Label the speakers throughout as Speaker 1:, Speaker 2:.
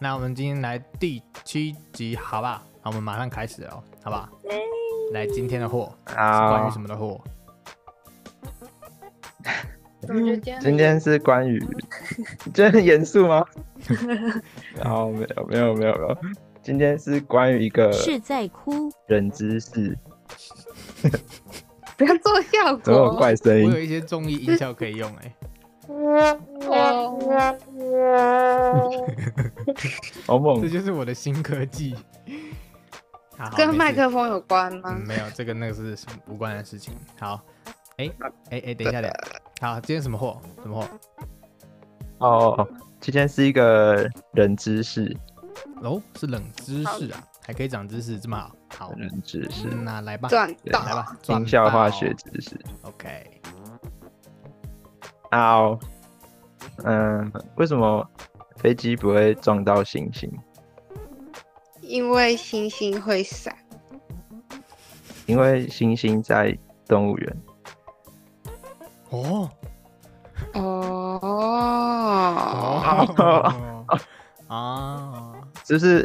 Speaker 1: 那我们今天来第七集，好吧？那我们马上开始哦，好吧？来，今天的货是关于
Speaker 2: 好
Speaker 1: 什，么的货？
Speaker 3: 我觉得今天
Speaker 2: 嗯今天是关于， 今天很严肃 吗？然后没有没有没有没有，今天是关于一个
Speaker 4: 是在哭，
Speaker 2: 冷知识，
Speaker 3: 不要做效
Speaker 2: 怎么有
Speaker 3: 果，
Speaker 2: 怪声
Speaker 1: 我
Speaker 2: 音
Speaker 1: 有？一些综艺音效可以用哎、
Speaker 3: 我
Speaker 2: 好
Speaker 1: 这
Speaker 2: 猛！
Speaker 1: 就是我的新科技。好好
Speaker 3: 跟
Speaker 1: 没事
Speaker 3: 麦克风有关
Speaker 1: 嗯
Speaker 3: 吗？
Speaker 1: 没有，这个那个是什么无关的事情。好，哎哎哎，等一下等一下，好，今天什么货？什么货？
Speaker 2: 哦，今天是一个冷知识，
Speaker 1: 哦，是冷知识啊，还可以长知识，这么好。好，
Speaker 2: 冷知识，
Speaker 1: 那来吧，
Speaker 3: 赚
Speaker 2: 对
Speaker 1: 来
Speaker 3: 到
Speaker 1: 吧，
Speaker 2: 听效化学
Speaker 1: 赚吧
Speaker 2: 知识。
Speaker 1: 哦。OK，
Speaker 2: 好，嗯，为什么飞机不会撞到星星？
Speaker 3: 因为星星会闪，
Speaker 2: 因为星星在动物园。
Speaker 1: 哦
Speaker 3: 哦，
Speaker 1: 哦 啊！
Speaker 2: 是不是？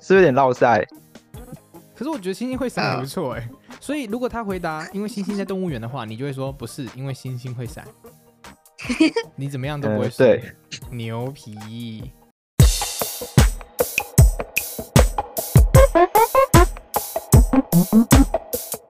Speaker 2: 是不是有点绕塞？
Speaker 1: 可是我觉得星星会闪很不错哎，所以如果他回答因为星星在动物园的话，你就会说不是，因为星星会闪，你怎么样都不会
Speaker 2: 嗯
Speaker 1: 输
Speaker 2: 对，
Speaker 1: 牛皮。